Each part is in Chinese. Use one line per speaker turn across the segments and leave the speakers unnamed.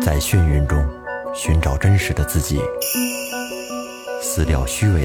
在眩晕中寻找真实的自己，撕掉虚伪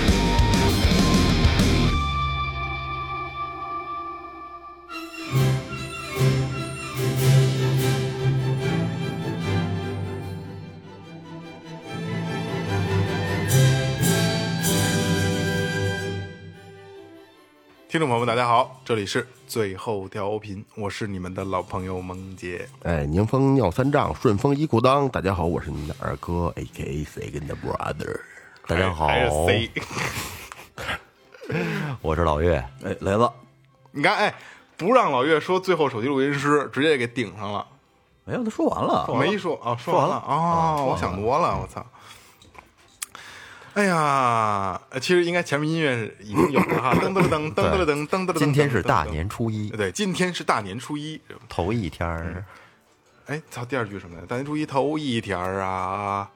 听众朋友们，大家好，这里是最后调频，我是你们的老朋友萌姐。
哎，宁风尿三丈，顺风一裤裆。大家好，我是你们的二哥，A K A Second Brother。
大家好，
还是 C，
我是老岳。
哎，来了，
你看，哎，不让老岳说最后手机录音师，直接给顶上了。
哎
没有，他说完了。
没说啊，说完了啊、我想多了，我操！哎呀，呃其实应该前面音乐已经有了哈， 噔噔噔噔噔噔噔噔噔。
今天是大年初一，
对，今天是大年初一。
头一天儿，
哎，操，第二句什么来着？大年初一头一天儿啊，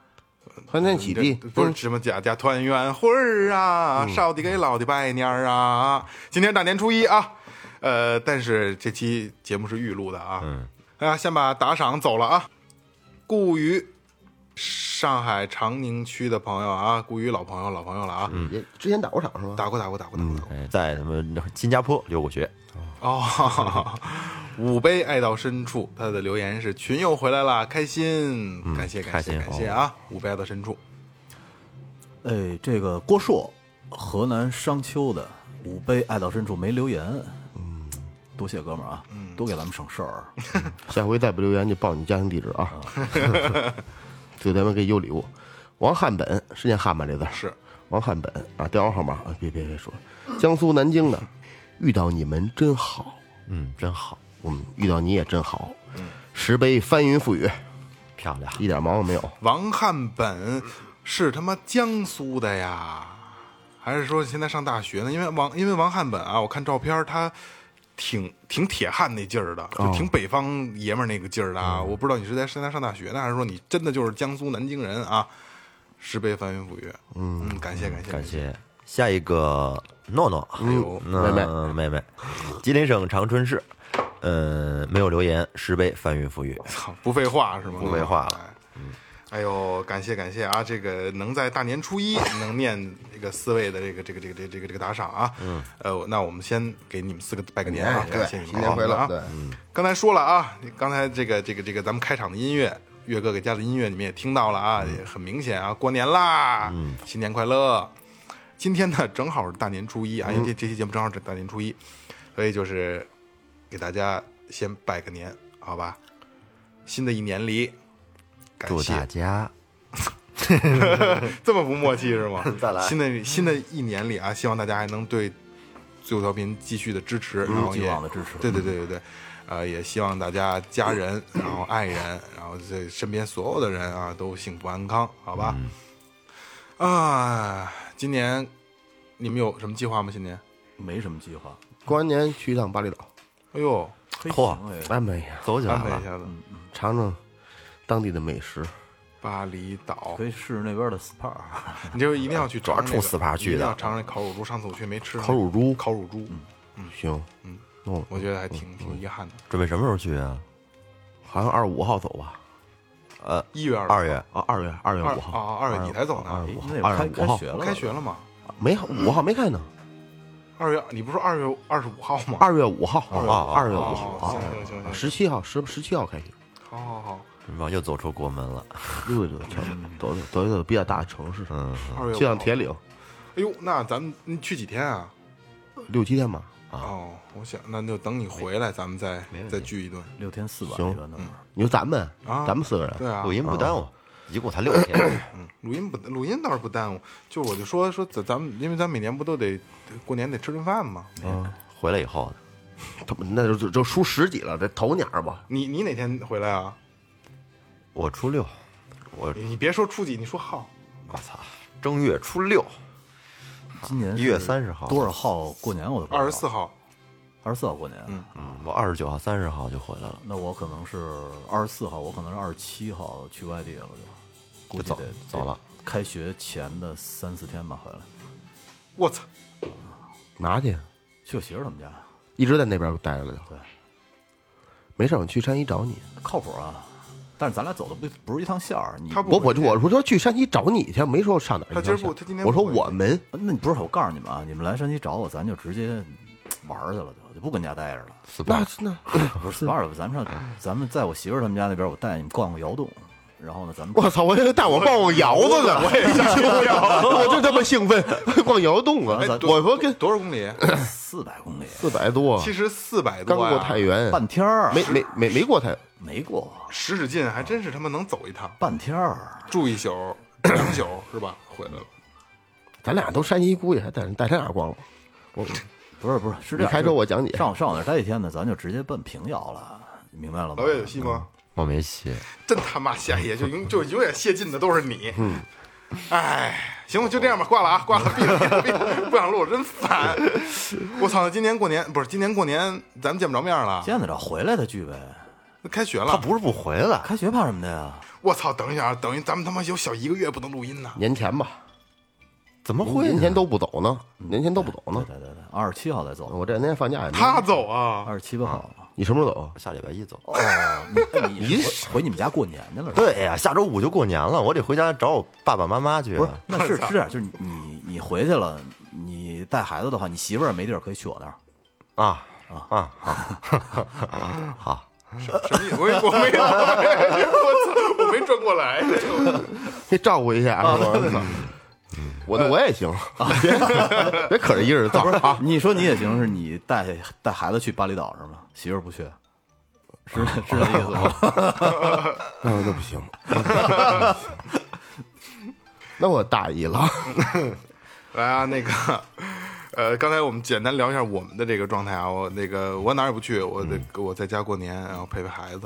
嗯
欢天喜地，
这不是什么家家团圆会儿啊，少的给老的拜年儿啊。今天大年初一啊，呃，但是这期节目是预录的啊，嗯，啊，先把打赏走了啊。顾宇，上海长宁区的朋友啊，顾宇老朋友老朋友了啊，
也之前打过场是嗯吗？
打过打过打过打过打过
哎
在他们新加坡留过学，
哦。 五杯爱到深处，他的留言是群友回来啦，开心，感谢感
开
谢
心
感谢啊！五杯爱到深处，
哎，这个郭硕，河南商丘的五杯爱到深处没留言，嗯，多谢哥们儿啊，多给咱们省事儿。
下回再不留言就报你家庭地址啊。就咱们给有礼物。王汉本是念汉吧这字儿
是
王汉本啊，电话号码啊，别别别说，江苏南京的，遇到你们真好，
嗯，真好，
嗯，遇到你也真好。十杯翻云覆雨，
漂亮。
一点毛病没有。
王汉本是他妈江苏的呀，还是说现在上大学呢？因为王因为王汉本啊，我看照片儿他挺挺铁汉那劲儿的，
哦
就挺北方爷们儿那个劲儿的啊。我不知道你是在现在上大学呢，还是说你真的就是江苏南京人啊？十杯翻云覆雨，嗯，感谢感谢
感，谢。下一个诺诺，还
有
嗯妹妹妹妹，吉林省长春市，嗯，没有留言，石碑翻云覆雨，
操不废话是吗？
不废话了
哎。哎呦，感谢感谢啊！这个能在大年初一能念这个四位的这个这个这个这个这个这个打赏啊，嗯，呃，那我们先给你们四个拜个年啊，感谢你们
新年快乐
啊！
对
刚才说了啊，刚才这个这个这个咱们开场的音乐，岳哥给加的音乐你们也听到了啊，也很明显啊，过年啦，嗯，新年快乐！今天呢，正好是大年初一啊，因为这这期节目正好是大年初一，所以就是给大家先拜个年，好吧？新的一年里，感
祝
谢
大家
这么不默契是吗？
再来
新的新的一年里啊，希望大家还能对最后调频继续的支持，
嗯
然后也
既往的支持
对对对对对，呃，也希望大家 家人，然后爱人，然后这身边所有的人啊，都幸福安康，好吧？
嗯
啊，今年你们有什么计划吗？新年？
没什么计划，
过完年去一趟巴厘岛，
哎呦，
嘿
嚯
行哎
安排一下，
走起来
安排一
了，
下子，
尝尝当地的美食。
巴厘岛
可，以试试那边的 SPA，
你这回一定要去
主要
尝那个，
冲死爬去的
一定要尝尝那烤乳猪。上次我去没吃
烤乳猪
烤乳猪，
行，嗯，我
我觉得还挺挺遗憾的。
准备什么时候去啊？
好像二十五号走吧？
一月二
二月
啊，二月二月
二
五号
啊，二月你才走呢，
二
哎
月五号
那也，
二
开
月五号
开学了，
开学了吗？
没五号没开呢，
二月，你不是二月二十五号吗？
二月五号啊，二月五
哦
号
行
啊，
行行行，
十七号十十七号开学。
好好好，
是吧？又走出国门了，
溜达溜达，走走走走比较大的城市，
嗯，
二月
就
五
像
号
铁岭
哎呦，那咱们你去几天啊？
六七天吧。
哦，我想那就等你回来，咱们再再聚一顿。
啊
六天四晚
行
一般都是。
你说咱们
啊
咱们四个人
对啊
录，音不耽误，一共才六天，
录音不录音倒是不耽误，就我就说说咱咱们，因为咱每年不都得过年得吃顿饭吗？
嗯
回来以后
他们那就就就输十几了，得头鸟吧。
你你哪天回来啊？
我初六，我
你你别说初几，你说号，
我操，正月初六，
今年是
1月30号
多少号过年我都不知道
二十四号，
二十四号过年，
嗯，我二十九号、三十号就回来了，
那我可能是二十四号，我可能是二十七号去外地了，就估计
就
得
走走了。
得开学前的三四天吧，回来
我操，
拿去，
去我媳妇儿他们家，
一直在那边待着了就。
对，
没事，我去山西找你。
靠谱啊。但是咱俩走的不不是一趟线儿，你
他不
我我
回去
我我说去山西找你去，没说上哪儿去。
他今儿不他今天
我说
不回去
我们
那你不是我告诉你们啊，你们来山西找我，咱就直接玩儿去了，就就不跟家待着 了。
那那
不是四八二，咱们上，咱们在我媳妇儿他们家那边，我带你们逛逛窑洞，然后呢，咱们
我操！我以为带我逛逛窑子呢，我也想逛窑，我就这么兴奋，逛窑洞啊！
咱
我说跟
多少公 里？
四百公里，
四百多，
其实四百多
刚
呀
过太原，
半天儿
没没没没过太原，
没过，
使使劲，还真是他妈能走一趟，
半天儿
住一 宿两宿是吧？回来了，
咱俩都山西姑爷，还带人带他俩逛了。我
不是不是是这
你
样，
开车我讲解，
上我上我那儿待一天呢，咱就直接奔平遥了，明白了吗
老？岳有戏吗？
我没歇。
真他妈下野，就永就永远泄劲的都是你。
嗯
哎，行，我就这样吧，挂了啊，挂了，闭了，闭了闭了，不想录，真烦。我操，今年过年不是今年过年，咱们见不着面了，
见得着回来的聚呗，
开学
他
了。
啊不是不回来，
开学怕什么的呀？
我操，等一下啊，等于咱们他妈有小一个月不能录音呢。
年前吧，
怎么会
年
呢？
前嗯都不啊嗯走呢，年前都不走呢
对。对对对，二十七号再走，
我这两天放假也没。
他走啊，
二十七八号。
你什么时候走？
下礼拜一走。
哦，你哎 你是回回你们家过年去了？是吧，
对哎呀，下周五就过年了，我得回家找我爸爸妈妈去。啊
不是，那 是是这样，就是你你回去了，你带孩子的话，你媳妇儿也没地儿可以去我那儿。
啊啊啊！好，
什么意思？我我没有，我操，我没转过来。
可以照顾一下是吧？我那我也行，别 别可着一人造 啊！
你说你也行，是你带带孩子去巴厘岛是吗？媳妇儿不去， 是是这意思吗？
那那不行， 那我大意了。
来啊，那个，呃，刚才我们简单聊一下我们的这个状态啊。我那个我哪儿也不去，我得、我在家过年，然后陪陪孩子。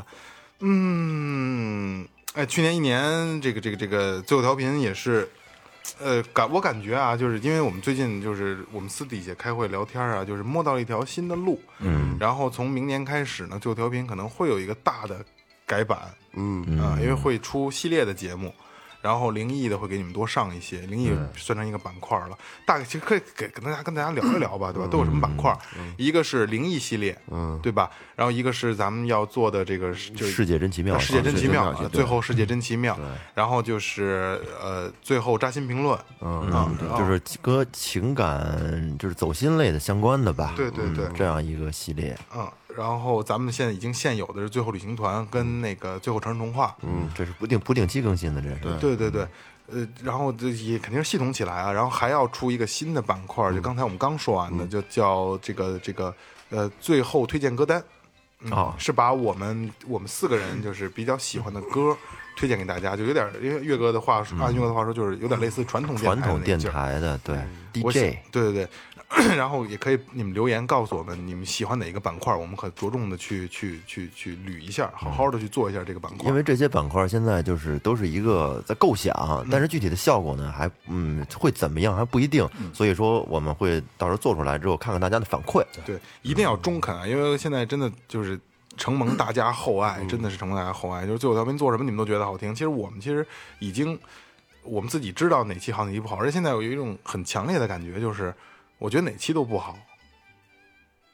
嗯，哎，去年一年这个这个这个最后调频也是，呃，感我感觉啊，就是因为我们最近就是我们私底下开会聊天啊，就是摸到了一条新的路。嗯，然后从明年开始呢，最后调频可能会有一个大的改版。
嗯
啊、因为会出系列的节目，然后灵异的会给你们多上一些，灵异算成一个板块了。大概其实可以给跟大家跟大家聊一聊吧，对吧？都有什么板块？一个是灵异系列，嗯，对吧？然后一个是咱们要做的这个是就是
世界真奇妙，
世界真奇妙，啊最后世界真奇妙
对，
然后就是呃，最后扎心评论，
嗯，
啊
就是跟情感就是走心类的相关的吧。
对对
嗯
对
这样一个系列，
嗯，然后咱们现在已经现有的是最后旅行团跟那个最后城市童话，
嗯，这是不定不定期更新的，这是。
对对对，
嗯
呃，然后这也肯定是系统起来啊，然后还要出一个新的板块儿，
嗯
就刚才我们刚说完的，就叫这个这个呃最后推荐歌单，嗯
哦
是把我们我们四个人就是比较喜欢的歌推荐给大家，就有点儿因为岳哥的话说，按岳哥的话说，就是有点类似传统
嗯传统
电
电
台的那劲
台
儿
的，对
嗯我喜
DJ，
对对对， 然后也可以你们留言告诉我们你们喜欢哪个板块儿，我们可着重的去去去去捋一下，好好的去做一下这个板块儿。
嗯因为这些板块现在就是都是一个在构
嗯
想，但是具体的效果呢，还嗯会怎么样还不一定，
嗯
所以说我们会到时候做出来之后看看大家的反馈。
对，一定要中肯啊，因为现在真的就是承蒙大家厚爱，
嗯
真的是承蒙大家厚爱。就是最后调频做什么你们都觉得好听，其实我们其实已经我们自己知道哪期好哪期不好，而且现在有一种很强烈的感觉，就是我觉得哪期都不好。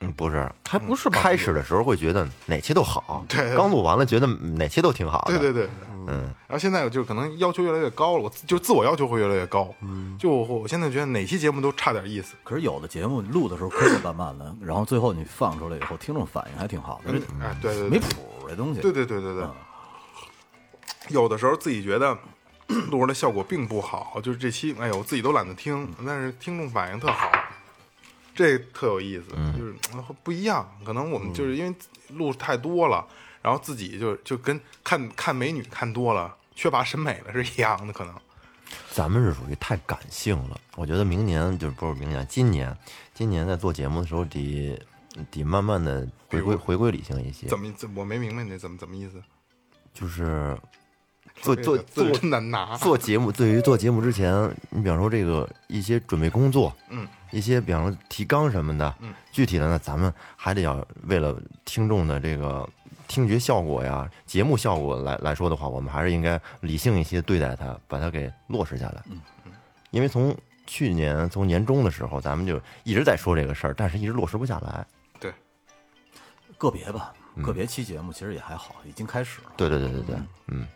嗯，不是，
还不是吧
开始的时候会觉得哪期都好，
对
刚录完了觉得哪期都挺好的，
对对对，
嗯，
然后现在就是可能要求越来越高了，我就自我要求会越来越高。嗯，就我我现在觉得哪期节目都差点意思。
可是有的节目录的时候磕磕绊绊的，然后最后你放出来以后，听众反应还挺好的，
嗯
这
哎，对对
没
对，
谱啊这东西。
对对对对对，有的时候自己觉得录出来效果并不好，就是这期哎呦我自己都懒得听，
嗯
但是听众反应特好，这特有意思，
嗯
就是呃不一样。可能我们就是因为录太多了，然后自己就就跟看看美女看多了，缺乏审美了是一样的，可能。
咱们是属于太感性了。我觉得明年就是不是明年，今年，今年在做节目的时候得得慢慢的回归回归理性一些，
怎么怎么我没明白你这怎么怎么意思？
就是做做
字
做
真难拿，
做节目，对于做节目之前，你比方说这个一些准备工作，
嗯，
一些比方说提纲什么的，嗯，具体的呢，咱们还得要为了听众的这个听觉效果呀、节目效果来来说的话，我们还是应该理性一些对待它，把它给落实下来。嗯，因为从去年从年终的时候，咱们就一直在说这个事儿，但是一直落实不下来。
对，
个别吧，个别期节目其实也还好，已经开始了。
对对对对对，嗯，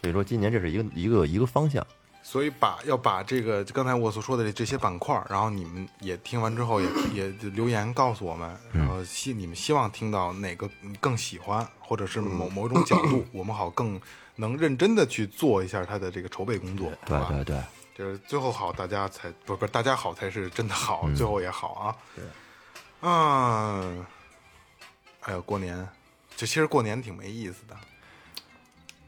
所以说今年这是一个一个一个方向。
所以把要把这个刚才我所说的这些板块儿，然后你们也听完之后 也也留言告诉我们，然
嗯
后希你们希望听到哪个更喜欢，或者是
嗯
某某一种角 度，我们好更能认真的去做一下它的这个筹备工作，
对
是吧？
对对，
就是最后好，大家才不是不是大家好才是真的好，
嗯
最后也好啊。对，啊，哎呦，过年，就其实过年挺没意思的。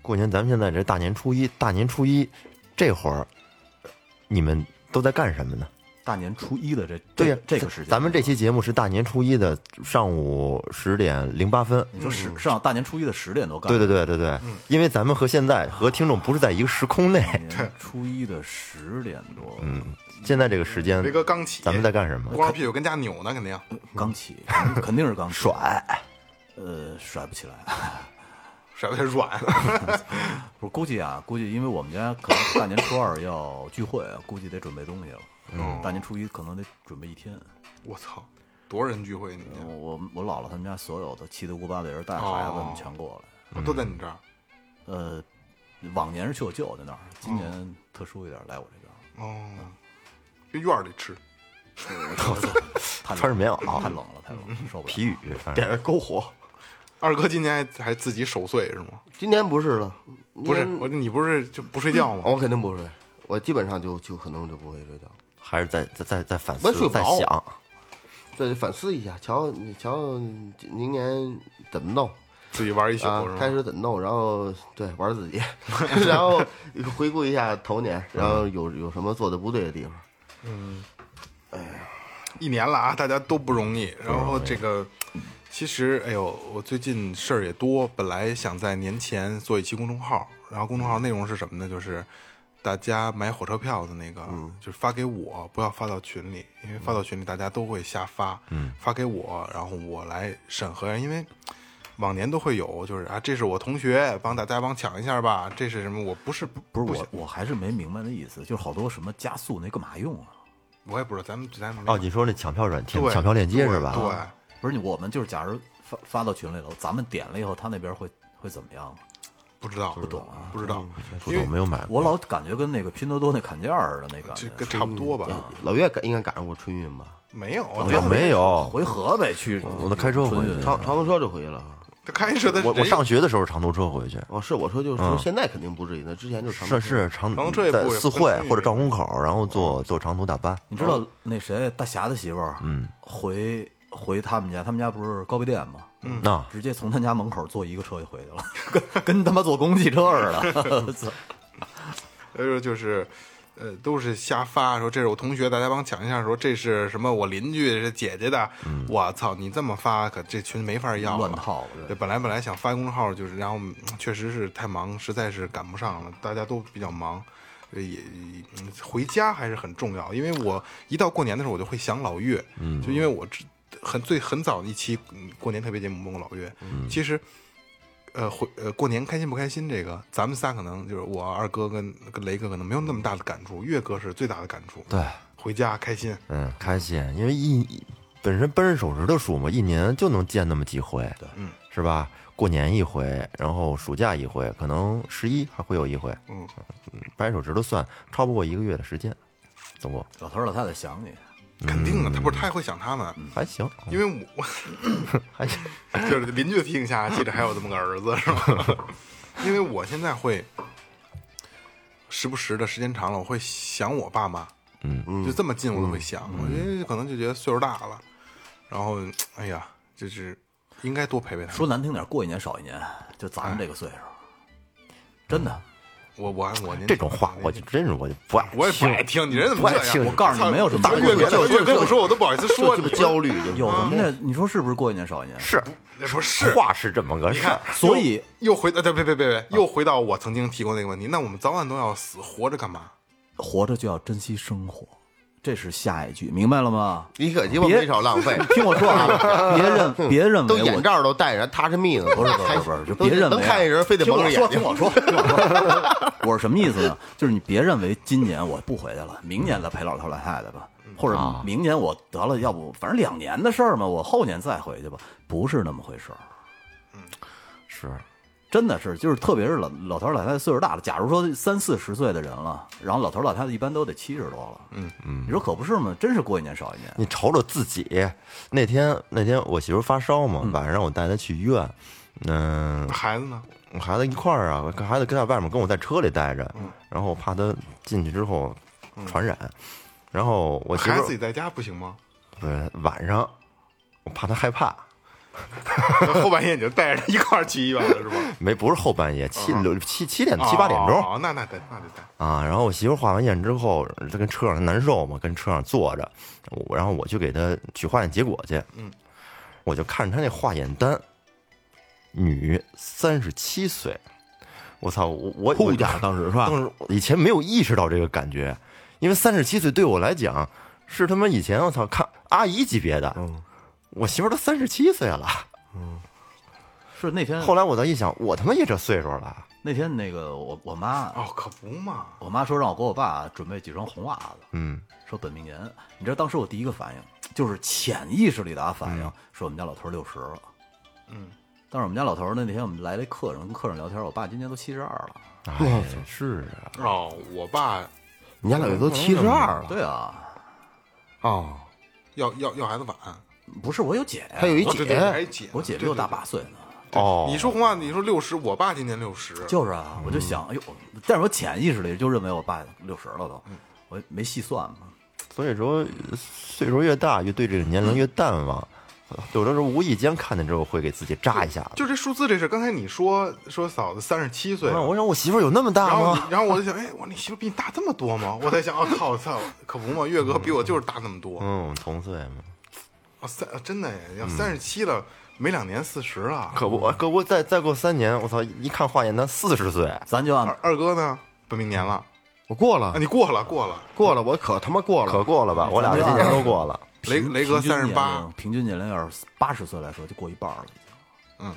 过年咱们现在这大年初一，大年初一这会儿，你们都在干什么呢？
大年初一的这
对呀、
这这个时间，
咱们这期节目是大年初一的上午十点零八分。
你说十上大年初一的十点多干，
对对对对对，因为咱们和现在和听众不是在一个时空内，
大年初一的十点多，哎嗯，
现在这个时间
雷，哥刚
嗯
起，
咱们在干什么？
光着屁股跟家扭呢，肯定。
刚起，肯定肯定是刚起 甩，呃，甩不起来。
甩有点软，
不是估计啊，估计因为我们家可能大年初二要聚会啊，估计得准备东西了。嗯，大年初一可能得准备一天。
我操，多少人聚会你
嗯
们家？
我我姥姥他们家所有的七大姑八大姨儿带孩子们全过
哦
来。
我都在你这儿。
呃，往年是去我舅舅那儿，今年特殊一点来我这边儿。
哦，
嗯
跟院儿里吃，
太冷
穿着棉
了
袄
太冷了，太冷了，受不了。
皮雨，反正
点着篝火。
二哥今年还还自己守岁是吗？
今年不是了，
不是
今，年
我你不是就不睡觉吗？
我肯定不睡，我基本上就就可能就不会睡觉。
还是在在在在反
没
思，
睡饱
在想。
对，反思一下，瞧你瞧明年怎么弄
自己玩一宿
啊
是？
开
吗？
始怎么弄，然后对玩自己， 然后回顾一下头年，然后有有什么做的不对的地方。
一年了啊，大家都不容易。然后这个，其实哎呦，我最近事儿也多，本来想在年前做一期公众号，然后公众号内容是什么呢？就是。大家买火车票的那个，就是发给我，不要发到群里，因为发到群里大家都会瞎发。嗯，发给我，然后我来审核，因为往年都会有，就是啊，这是我同学，帮大家帮抢一下吧。这是什么？我不是不
不是
想
我，我还是没明白那意思，就是好多什么加速那干嘛用啊？
我也不知道，咱们咱们
哦，你说那抢票软件、
对
抢票链接是吧？
对，
不是你，我们就是假如发发到群里了，咱们点了以后，他那边会会怎么样？
不知道，不
懂啊，
不知道，
嗯不懂没有买过。
我老感觉跟那个拼多多那砍价儿的那感
这
觉。
个差不多吧？
老岳赶应该赶上过春运吧？
没有，
有
他
嗯没有？
回河北去，
我都哦开车回去。
长长途车就回去了啊。
他开车的
我我
人
上学的时候长途车回去，
哦，是我说就是说现在肯定不至于，那之前就长途
是是长
长途车也
在
不也
四
不
惠
至于
或者赵公口，然后坐坐长途大巴。
你知道那谁大侠的媳妇儿，嗯，回回他们家，他们家不是高碑店吗？嗯，
那
直接从他家门口坐一个车就回去了，跟跟他妈坐公共汽车似的。操
呃就是。呃，都是瞎发，说这是我同学，大家帮抢一下。说这是什么？我邻居这是姐姐的。
嗯
我操，你这么发，可这群没法要啊了。
啊
乱套了
对，本来本来想发公众号，就是然后嗯确实是太忙，实在是赶不上了，大家都比较忙，呃也嗯回家还是很重要。因为我一到过年的时候，我就会想老岳，嗯，就因为我之很最很早的一期嗯过年特别节目问过老岳，其实。呃，回呃，过年开心不开心？这个咱们仨可能就是我二哥跟跟雷哥可能没有那么大的感触，岳哥是最大的感触。
对，
回家开心，
嗯，开心，因为一一本身掰着手指头数嘛，一年就能见那么几回，对，
嗯，
是吧？过年一回，然后暑假一回，可能十一还会有一回，
嗯，
掰手指头算，超不过一个月的时间，总共
老头儿老太太想你，
肯定的，他不是他也会想他们，
还行，
因为我我
还行，
就是邻居的提醒下，记得还有这么个儿子是吧？ 因为我现在会时不时的，时间长了，我会想我爸妈，嗯，就这么近我都会想，我觉得可能就觉得岁数大了，然后哎呀，就是应该多陪陪他们。
说难听点，过一年少一年，就咱们这个岁数，真的。
我我我您
这种话我就真是我就不爱，
我也不爱听，你人怎么
不爱
这
听
样？
我告诉你，没有什么
大
过
岳
年
哥，大岳跟我说，我都不好意思
就
说
这
你
么。焦虑就是嗯
有什么呢？你说是不是过一年少一年？
嗯是
你说是，
话是这么个
你
事
看
儿，，
所以
又又回到，对，别别别别，又回到我曾经提过那个问题。那我们早晚都要死，活着干嘛？
活着就要珍惜生活，这是下一句，明白了吗？
你可鸡巴没少浪费，
听我说啊，别认别认
嗯都
为
眼
我。
罩都戴着，踏实蜜呢。
不 是不是不是，就别认为
能
啊
看见人非得
听
蒙
我
着眼
说，
睛
听。我说，听我说，我是什么意思呢？就是你别认为今年我不回去了，明年再陪老头老太太吧，
嗯
或者明年我得了，要不反正两年的事儿嘛，我后年再回去吧，不是那么回事儿。
是
真的是，就是特别是老老头儿老太太岁数大了，假如说三四十岁的人了，然后老头儿老太太一般都得七十多了，嗯嗯，你说可不是吗？真是过一年少一年。
你瞅瞅自己，那天那天我媳妇发烧嘛，
嗯
晚上让我带她去医院，嗯、
孩子呢？
我孩子一块儿啊，跟孩子跟在外面，跟我在车里待着，然后我怕他进去之后传染，然后我媳
孩
妇
子
儿
自己在家不行吗？
不是晚上，我怕他害怕，
后半夜你就带着他一块儿去医院了是吧？
没不是后半夜七六七七点 七八点钟
哦，那那得那得带。
啊，然后我媳妇儿化完验之后，她跟车上她难受嘛，跟车上坐着，我然后我去给她取化验结果去，嗯，我就看着她那化验单，女三十七岁，我操，我我
护
我
家当时是吧
当？时我以前没有意识到这个感觉，因为三十七岁对我来讲是他妈以前我操看阿姨级别的，我媳妇儿都三十七岁了，
是那天
后来我再一想，我他妈也这岁数了，
那天那个我我妈，
哦，可不嘛，
我妈说让我给我爸准备几双红袜子，
嗯，
说本命年。你知道当时我第一个反应就是潜意识里的啊反应，说我们家老头儿六十了，
嗯，
但是我们家老头儿那天我们来了一客人，跟客人聊天，我爸今年都七十二了，
哎，是啊，
哦，我爸
你家老爷都七十二了
对啊，
哦
啊，
要要要孩子晚，
不是我有姐，
还有一
哦对对对还
姐，
有姐呢，
我姐比
对
我大。
对
八岁呢。
哦，
对你说红话，你说六十，我爸今年六十，
就是啊，我就想，哎呦，但是我潜意识里就认为我爸六十了都，我没细算嘛。
所以说岁数越大，越对这个年龄越淡忘，有的时候无意间看见之后会给自己扎一下子，
就这数字这事儿，刚才你说说嫂子三十七岁
啊
了，
我想我媳妇儿有那么
然
大
后
吗？
你然后我就想，哎，我说你媳妇比你大这么多吗？我在想，我、靠，我操，可不嘛，岳哥比我就是大那么多，啊、
嗯，同岁嘛，
三啊真的耶，要三十七了，没两年四十了。
可不，可不，再再过三年，我操，一看化验单四十岁，
咱就
二
按
二哥呢？本命年了
我过
啊，
了，
你过了过了，
过了，我可他妈过
可
了，
过了吧？我俩这今年都过了。
雷
平
雷哥
平均
三十
年
八
龄，平均年龄要是八十岁来说，就过一半了，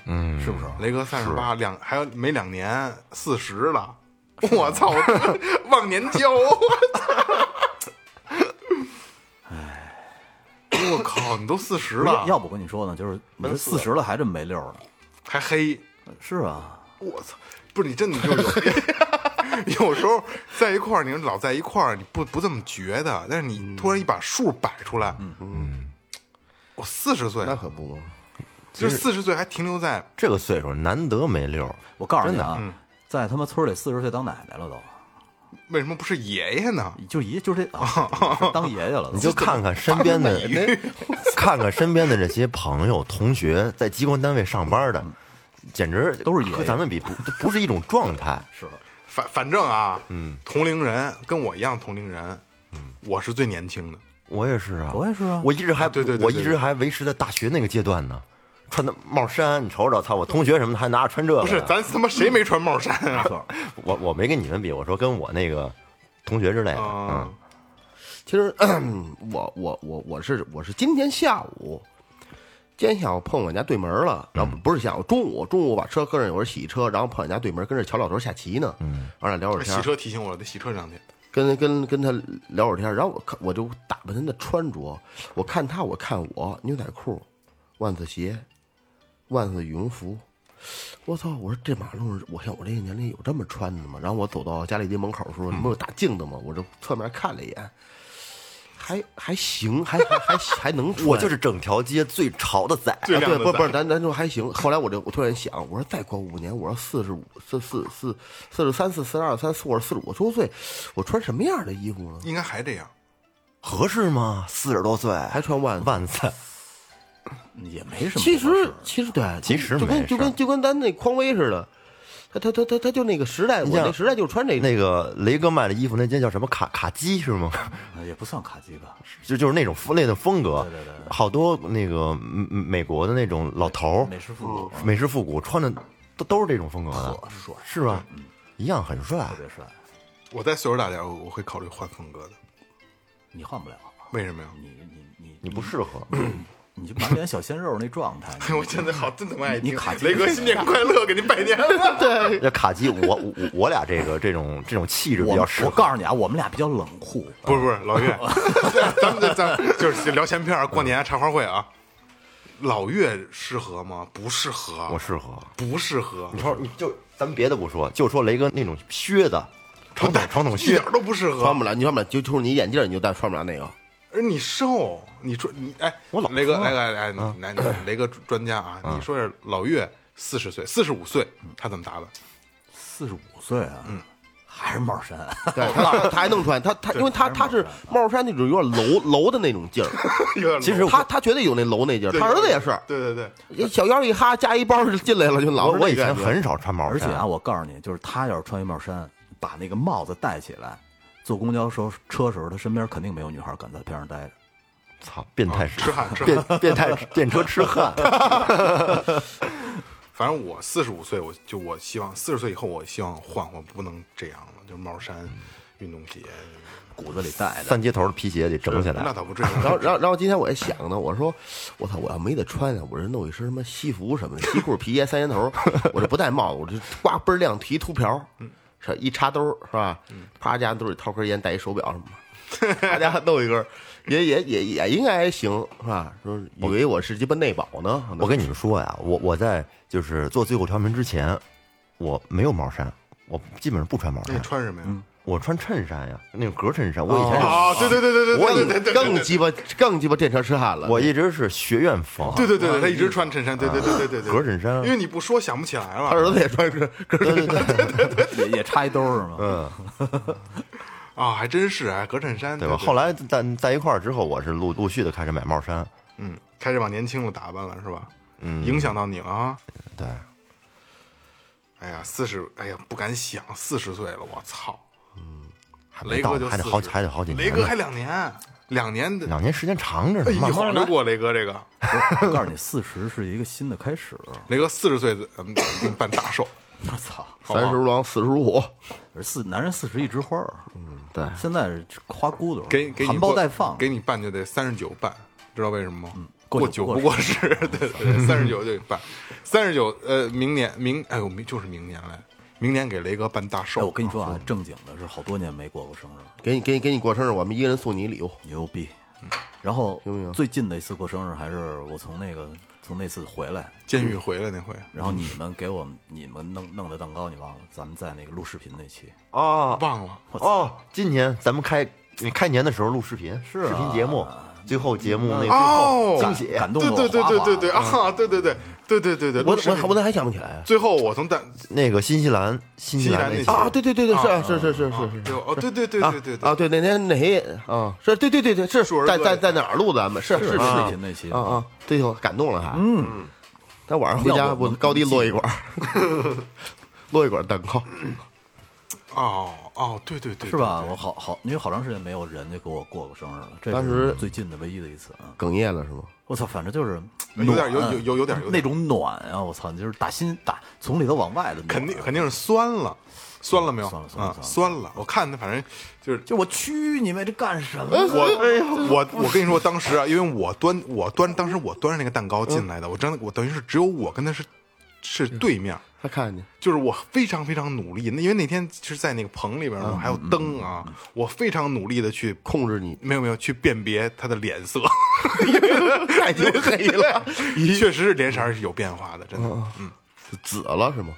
嗯，
是不是？啊
雷哥三十八，两还有没两年四十了，我操， 我忘年交，啊我操！哎我靠，你都四十
不是要
了，
要不跟你说呢，就是你这四十了还这么没溜儿呢。
还黑，
是啊，
我操！不是你真的就是 有，有时候在一块儿，你老在一块儿，你不不这么觉得，但是
嗯
你突然一把数摆出来，嗯，我四十岁
那，可不嘛。
就四十岁还停留在
这个岁数难得没溜儿，
我告诉你
真的
啊，在他妈村儿里四十岁当奶奶了都，
为什么不是爷爷呢？
就爷就这啊，是当爷爷了都。
你就看看身边的， 看看身边的这些朋友、同学，在机关单位上班的，简直
都是爷爷
和咱们比不不是一种状态。
是的，
反反正啊，嗯，同龄人跟我一样同龄人，嗯，我是最年轻的，
我也是啊，
我也是啊
我一直还
对对对对
我一直还维持在大学那个阶段呢，穿的帽衫，你瞅瞅，操，我同学什么的还拿着穿这个呢，
不是咱他妈谁没穿帽衫啊
没？错。
我我没跟你们比，我说跟我那个同学之类的，
啊
嗯，
其实 我我我我是我是今天下午，今天下午碰我家对门了，然后不是下午，中午中午把车搁上，有人洗车，然后碰我家对门，跟这乔老头下棋呢，嗯，然后俩聊会儿天
洗
儿，
车提醒我了，得洗车这两天。
跟跟跟他聊会儿天儿，然后我看我就打扮他的穿着，我看他，我看我牛仔裤、万字鞋、万字羽绒服。我操！我说这马路上，我像我这个年龄有这么穿的吗？然后我走到家里那门口的时候，
嗯
不是有大镜子吗？我就侧面看了一眼，还还行，还还还还能 穿。
我就是整条街最潮的仔，
最
啊、
亮
对，
的
不
仔
不是，咱咱说还行。后来我这我突然想，我说再过五年，我说四十五、四四四、四十三、四四二、三四五、四十五周岁，我穿什么样的衣服呢？
应该还这样，
合适吗？四十多岁
还穿万
万岁，
也没什么不合适。
其实其实对，
其实
就
没
跟
事
就
儿
跟就跟咱那匡威似的，他他他他他就那个时代，我
你像
那时代就穿这个。
那个雷哥卖的衣服那件叫什么卡卡基是吗？
呃也不算卡机吧，
就就是那种那种风格，好多那个嗯嗯美国的那种老头儿
美式复古
美式复古穿的都都是这种风格的，
帅，
是吧？一样很帅
特，别帅，
我再岁数大点，我我会考虑换风格的。
你换不了，
为什么呀？
你你你
你不适合。
你就满脸小鲜肉那状态，你
我现在好，真他妈爱
你
听
卡。机
雷哥新年快乐，给您拜年了。
那卡基，我我我我俩这个这种这种气质比
我
较适
我
合。
告诉你啊，我们俩比较冷酷，
不是不是，老岳， 咱们这咱们就是聊闲篇儿，过年茶话会啊。老岳适合吗？不适合，
我适合。
不适合
你，说，你就咱们别的不说，就说雷哥那种靴子，传统传统
一
靴
点，儿都不适合
穿。不了，你穿不了，就冲你眼镜，你就戴穿不了那 个。
而你瘦，你说你哎，
我老
雷哥，
说
来来来，
嗯
你来你 雷哥专家啊，你说是老岳四十岁、四十五岁，
嗯
他怎么打扮？
四十五岁啊，还是帽衫，
对，他他还能穿，他他因为他他是帽衫那种有 点楼楼的那种劲儿，
有点
其实他他绝对有那楼那劲儿，
对
他儿子也是，
对对对，
一小腰一哈加一包就进来了，就老
我
是
我
那
以前
感觉
很少穿毛
而且啊，
衫，
我告诉你，就是他要是穿一帽衫，把那个帽子戴起来，坐公交时候车时候，他身边肯定没有女孩敢在边上待着。
操，变态
痴汉痴
变
汉
变态电车痴 汉，
反正我四十五岁，我就我希望四十岁以后，我希望换换，不能这样了，就是帽衫、
嗯
运动鞋，
骨子里带 着。
三接头的皮鞋得整起
那
来。
倒不至于。
然后，然后，然后今天我还想呢，我说，我操，我要没得穿啊，我这弄一身什么西服什么的，西裤、皮鞋、三尖头，我这不戴帽子，我这刮倍儿亮，提秃瓢，
嗯
是一插兜儿是吧？啪家兜里掏根烟，戴一手表什么的，啪家 弄一根儿，也也也也应该还行是吧？说以为我是鸡巴内保呢，
我跟你们说呀，我我在就是做最后调门之前，我没有毛衫，我基本上不穿毛
那你
衫，
穿什么呀？
嗯
我穿衬衫呀，那种格衬衫。我以前是，
啊，对对对对对，
我
对对
已
对
更鸡巴更鸡巴电车痴汉了，
我一直是学院风，
对对对，
啊
他一直穿衬衫，对对对对对对，
格衬衫
因为你不说想不起来
他
了
儿子也穿个
也也插一兜儿是吗？
嗯，
啊，还真是哎，格衬衫
对吧？后来在在一块儿之后，我是陆陆续的开始买帽衫，
嗯，开始往年轻了打扮了是吧？嗯，影响到你了啊。
对。
哎呀，四十，哎呀，不敢想，四十岁了，我操！
还
雷
没到
哥就
还得
40
好还得好几年
雷
呢，
哥还两年，两年的，
两年时间长着
哎
呢，
一
慢
晃
慢
就
来。
过。雷哥这个，
我告诉你，四十是一个新的开始。
雷哥四十岁嗯给你办 大寿，
我操，
好不啊
三
好
十如狼，四十如虎，
而四男人四十一枝花儿，
对，
现在是花骨朵儿，
给给你
含苞
过
待放。
给你办就得三十九办，知道为什么
嗯
吗？
过
过
久
久
过
不过时， 对对对，三十九就得办，三十九呃，明年明哎呦明就是明年嘞，明年给雷哥办大
哎，我
寿，
跟你说啊，正经的是好多年没过过生日了，
给你给你给你过生日，我们一个人送你礼物。
牛逼。然后
行不行
最近的一次过生日还是我从那个从那次回来，
监狱回来那回，
然后你们给我们你们弄弄的蛋糕，你忘了？咱们在那个录视频那期
哦
忘了
哦，今年咱们开你开年的时候录视频，
是啊
视频节目，最后节目那个最
哦
后惊喜，
感动
对
得
对对
我哗
对
哗
对对啊，对
嗯
对对对对对对，
我
录视频
我我咋还想不起来啊？
最后我从蛋
那个新西兰新西兰
新西兰那
啊
啊，对对对对，是啊是是是是是
对哦，对对对
啊
对对
啊，
对，
对那天哪谁啊？是对对对对是
树儿
在
哥
在在哪儿录的？咱们是是
是
是
视
啊
频那期
啊啊！对，我感动了还。嗯，但晚上回
要
家
不
我高低落一管儿，落一管儿蛋糕。
哦哦，对对对，
啊是吧？
对
我好好，因为好长时间没有人家给我过过生日了，这
当
是
时
最近的唯一的一次啊！
哽咽了是吗？
我操，反正就是
有点有
暖
有有有点有点
那种暖啊！我操，就是打心打从里头往外的暖，啊
肯定肯定是酸了，酸了没有？
酸了酸了
啊酸了。我看他反正就是
就我哎去你们这干什么？
我我我跟你说，当时啊，因为我端我端当时我端着那个蛋
嗯
糕进来的，我真的我等于是只有我跟他是是对面。
他看见
就是我非常非常努力，那因为那天是在那个棚里边
嗯
嘛，还有灯啊，我非常努力的去
控制 你，
没有没有去辨别他的脸色，
太就黑了，
确实是脸色儿是有变化的，真的。嗯，
紫了是吗？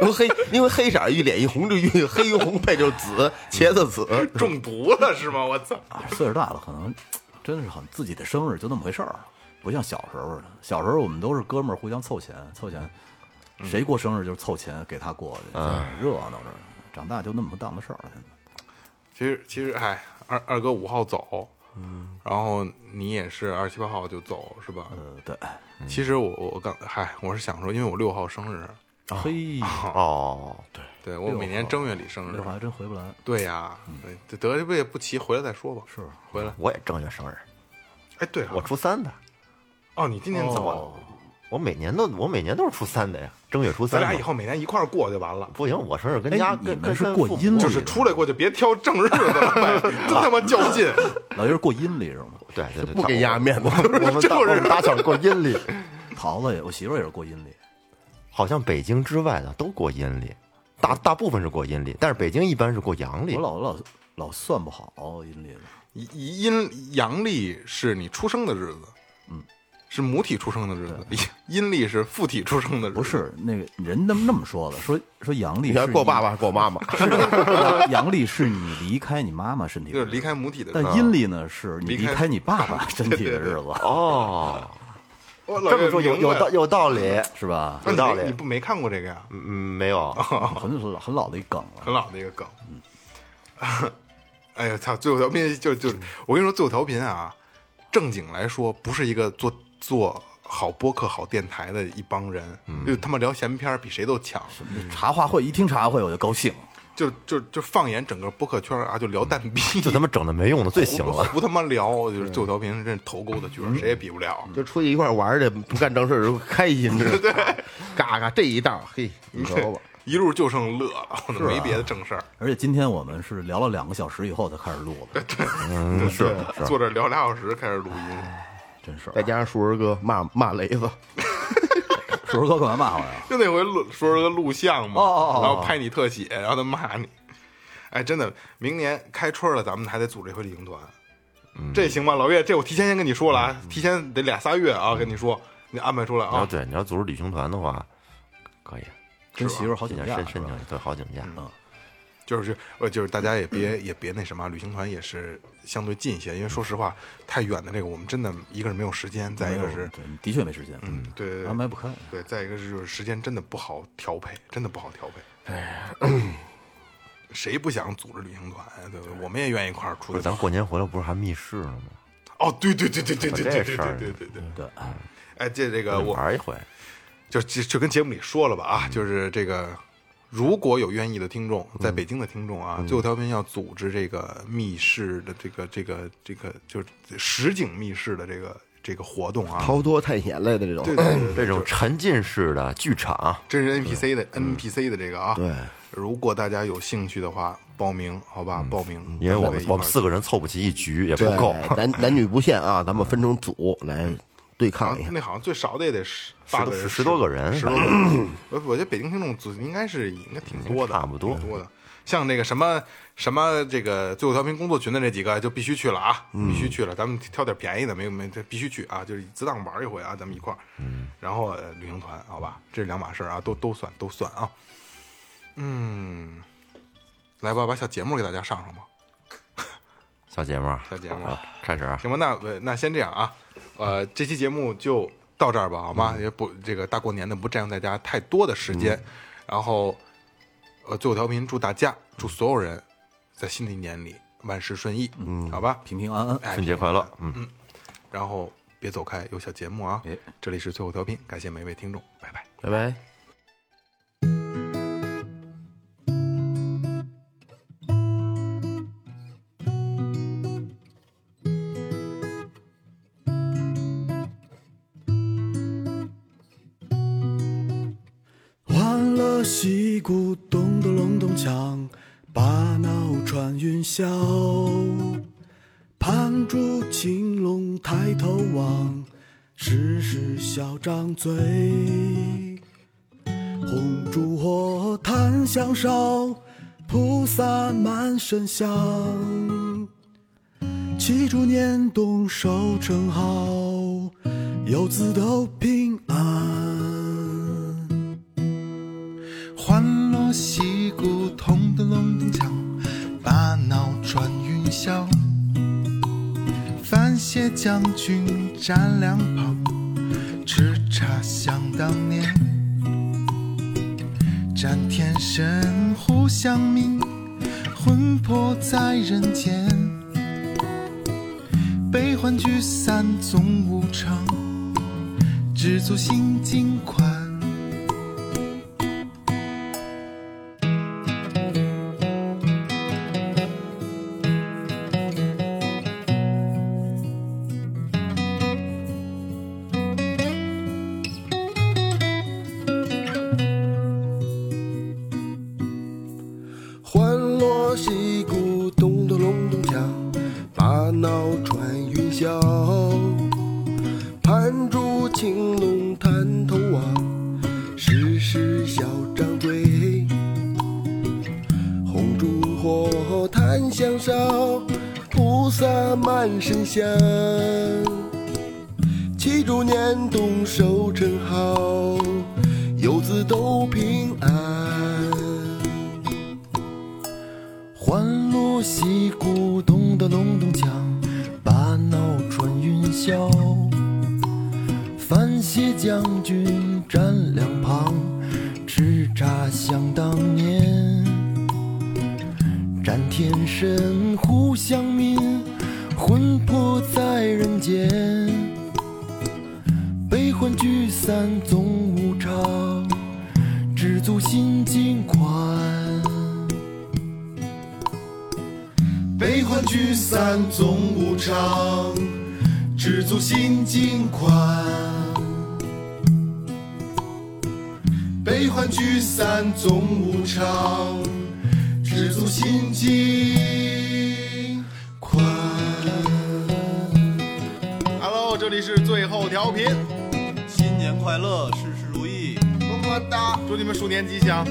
因为黑，因为黑色儿一脸一红就一黑一红配就是紫，茄子紫。
嗯中毒了是吗？我操！
啊岁数大了，可能真是很自己的生日就那么回事儿，不像小时候似的。小时候我们都是哥们儿互相凑钱，凑钱，谁过生日就是凑钱给他过去，热闹着。长大就那么个档子事儿了，现在
其实其实，哎，二二哥五号走，嗯，然后你也是二七八号就走是吧？
呃，对，
哎其实我我我刚，嗨，我是想说，因为我六号生日，
嘿，
哦，
对我每年正月里生日
这，话还真回不来。
对呀，对得不也不急，回来再说吧。是，回来。
我也正月生日，
哎，对啊
我初三的，
哦，你今年怎么？
哦
我每年都我每年都是初三的呀，正月初
咱
三嘛。
俩以后每年一块儿过就完了。
不行，我生日跟
哎
家
你
跟
们
跟
是
跟
过
父母
阴历
就是
的
出来过就别挑正日子了，哎真他妈较劲。
老爷是过阴历是吗？
对对对，
不给
压
丫面子。
我们打我们打小过阴历，
桃子也，我媳妇儿也是过阴历。
好像北京之外的都过阴历，大大部分是过阴历，但是北京一般是过阳历
我。老老老算不好阴历了，
以阴阳历是你出生的日子，
嗯，
是母体出生的日子，阴历是父体出生的日子。
不是那个人那么那么说的，说说阳历
你
是
看过爸
爸，
爸过妈妈，
阳历是你离开你妈妈身体
就
的
是
日子，
离开母体的日
但
子。
阴历呢是你
啊离
离
开
开 你爸爸身体的日子，
哦，
我老
这么
岳
说有
明白
有道有道理，
是吧？
有
那你
道
没
理
你不没看过这个呀？
嗯，没有，
哦
很老很老的一梗了。
很老的一个梗。
嗯
哎呀，操！最后调频就就我跟你说，最后调频啊，正经来说不是一个做做好播客、好电台的一帮人，
嗯
就他妈聊闲篇儿比谁都强。
茶话会一听茶话会我就高兴，
就就就放眼整个播客圈儿啊，就聊蛋逼，
嗯就他妈整的没用 的最行
胡
了。
胡他妈聊，
嗯
就是最后调频真是头钩的角儿，谁也比不了。
就出去一块玩儿去，不干正事儿就开心着。对，嘎嘎这一道，嘿，你说吧，
一路就剩乐了，我都
啊
没别的正事儿。
而且今天我们是聊了两个小时以后才开始录 的，嗯
对坐这儿聊俩小时开始录音，
真是。
哎
再加上树儿哥骂骂雷子，
水哥干嘛骂我呀？
就那回录说是个录像嘛，
哦哦哦
然后拍你特写，然后他骂你。哎，真的，明年开春了，咱们还得组织一回旅行团，
嗯
这行吗？老岳，这我提前先跟你说了啊，提前得俩仨月啊，跟你说，你安排出来
你要
啊。
对你要组织旅行团的话，可以，
跟媳妇儿好
今
请
年
假
申
是
申
吧？
请对好请假。
嗯就是呃，就是大家也别也别那什么，旅行团也是相对近一些，因为说实话，太远的这个我们真的一个是没有时间，再一个
没有
是
对的确没时间，嗯，
对对对
安排不开。
对，再一个是就是时间真的不好调配，真的不好调配。哎，谁不想组织旅行团呀？对不对？我们也愿意一块儿出
不
去
是，咱过年回来不是还密室了吗？
哦，对对对对对对对对
这
对
事儿
对对对。
对，
哎，这这个
得
我
玩一回，
就就就跟节目里说了吧啊，就是这个，如果有愿意的听众，在北京的听众
嗯
啊，最后调频要组织这个密室的这个这个这个就是实景密室的这个这个活动啊，
逃脱探险类的这种
对，对对
这种嗯沉浸式的剧场，
真人 NPC 的 NPC 的这个啊，
对，
如果大家有兴趣的话，报名好吧，报名，
嗯因为我
咱
们
一块
我
儿
们四个人凑不齐一局也不
对
够，
男男女不限啊，咱们分成组来对抗一下。
那好像最少的也得十八个人，
哎十十多个人哎
十多个人。我我觉得北京听众组应该是应该挺多的，
差不多
挺多的。像这个什么什么这个最后调频工作群的这几个就必须去了啊，
嗯
必须去了。咱们挑点便宜的，没有没这必须去啊，就是自当玩一回啊，咱们一块儿。
嗯
然后呃旅行团好吧，这是两码事儿啊，都都算都算啊。嗯，来吧，把小节目给大家上上吧，
小节目儿，
小节目
啊，开始啊，
行吧，那呃那先这样啊，呃，这期节目就到这儿吧，好吗？也不这个大过年的不占用大家太多的时间，然后呃，最后调频祝大家祝所有人在新的一年里万事顺意，嗯，好吧，
平平安安。
哎
春节快乐，嗯，
然后别走开，有小节目啊
哎，
这里是最后调频，感谢每位听众，拜拜。
拜拜。
欢乐戏鼓咚咚隆咚锵，把闹传云霄。盘珠青龙抬头望，时时笑张嘴。红烛火檀香烧，菩萨满身香。祈祝年冬收成好，游子都平安。
欢乐戏鼓，同的隆咚锵，把脑转云霄。番茄将军站两旁，叱咤想当年。战天神呼相鸣，魂魄在人间。悲欢聚散总无常，知足心尽宽。
欢锣喜鼓咚咚隆咚锵，把脑传云霄。盘珠青龙探头望，时时小掌柜。红烛火，檀香烧，菩萨满身香。祈祝年冬收成好，游子都平安。
欢锣喜鼓咚的隆咚锵，把脑传云霄。范谢将军站两旁，叱咤想当年。战天神，护乡民，魂魄在人间。悲欢聚散总无常，知足心尽宽。悲欢聚散总无常，知足心尽宽。悲欢聚散总无常，知足心尽宽。Hello，这里是最后调频，
新年快乐，事事如意。
么么哒，祝你们鼠年吉祥。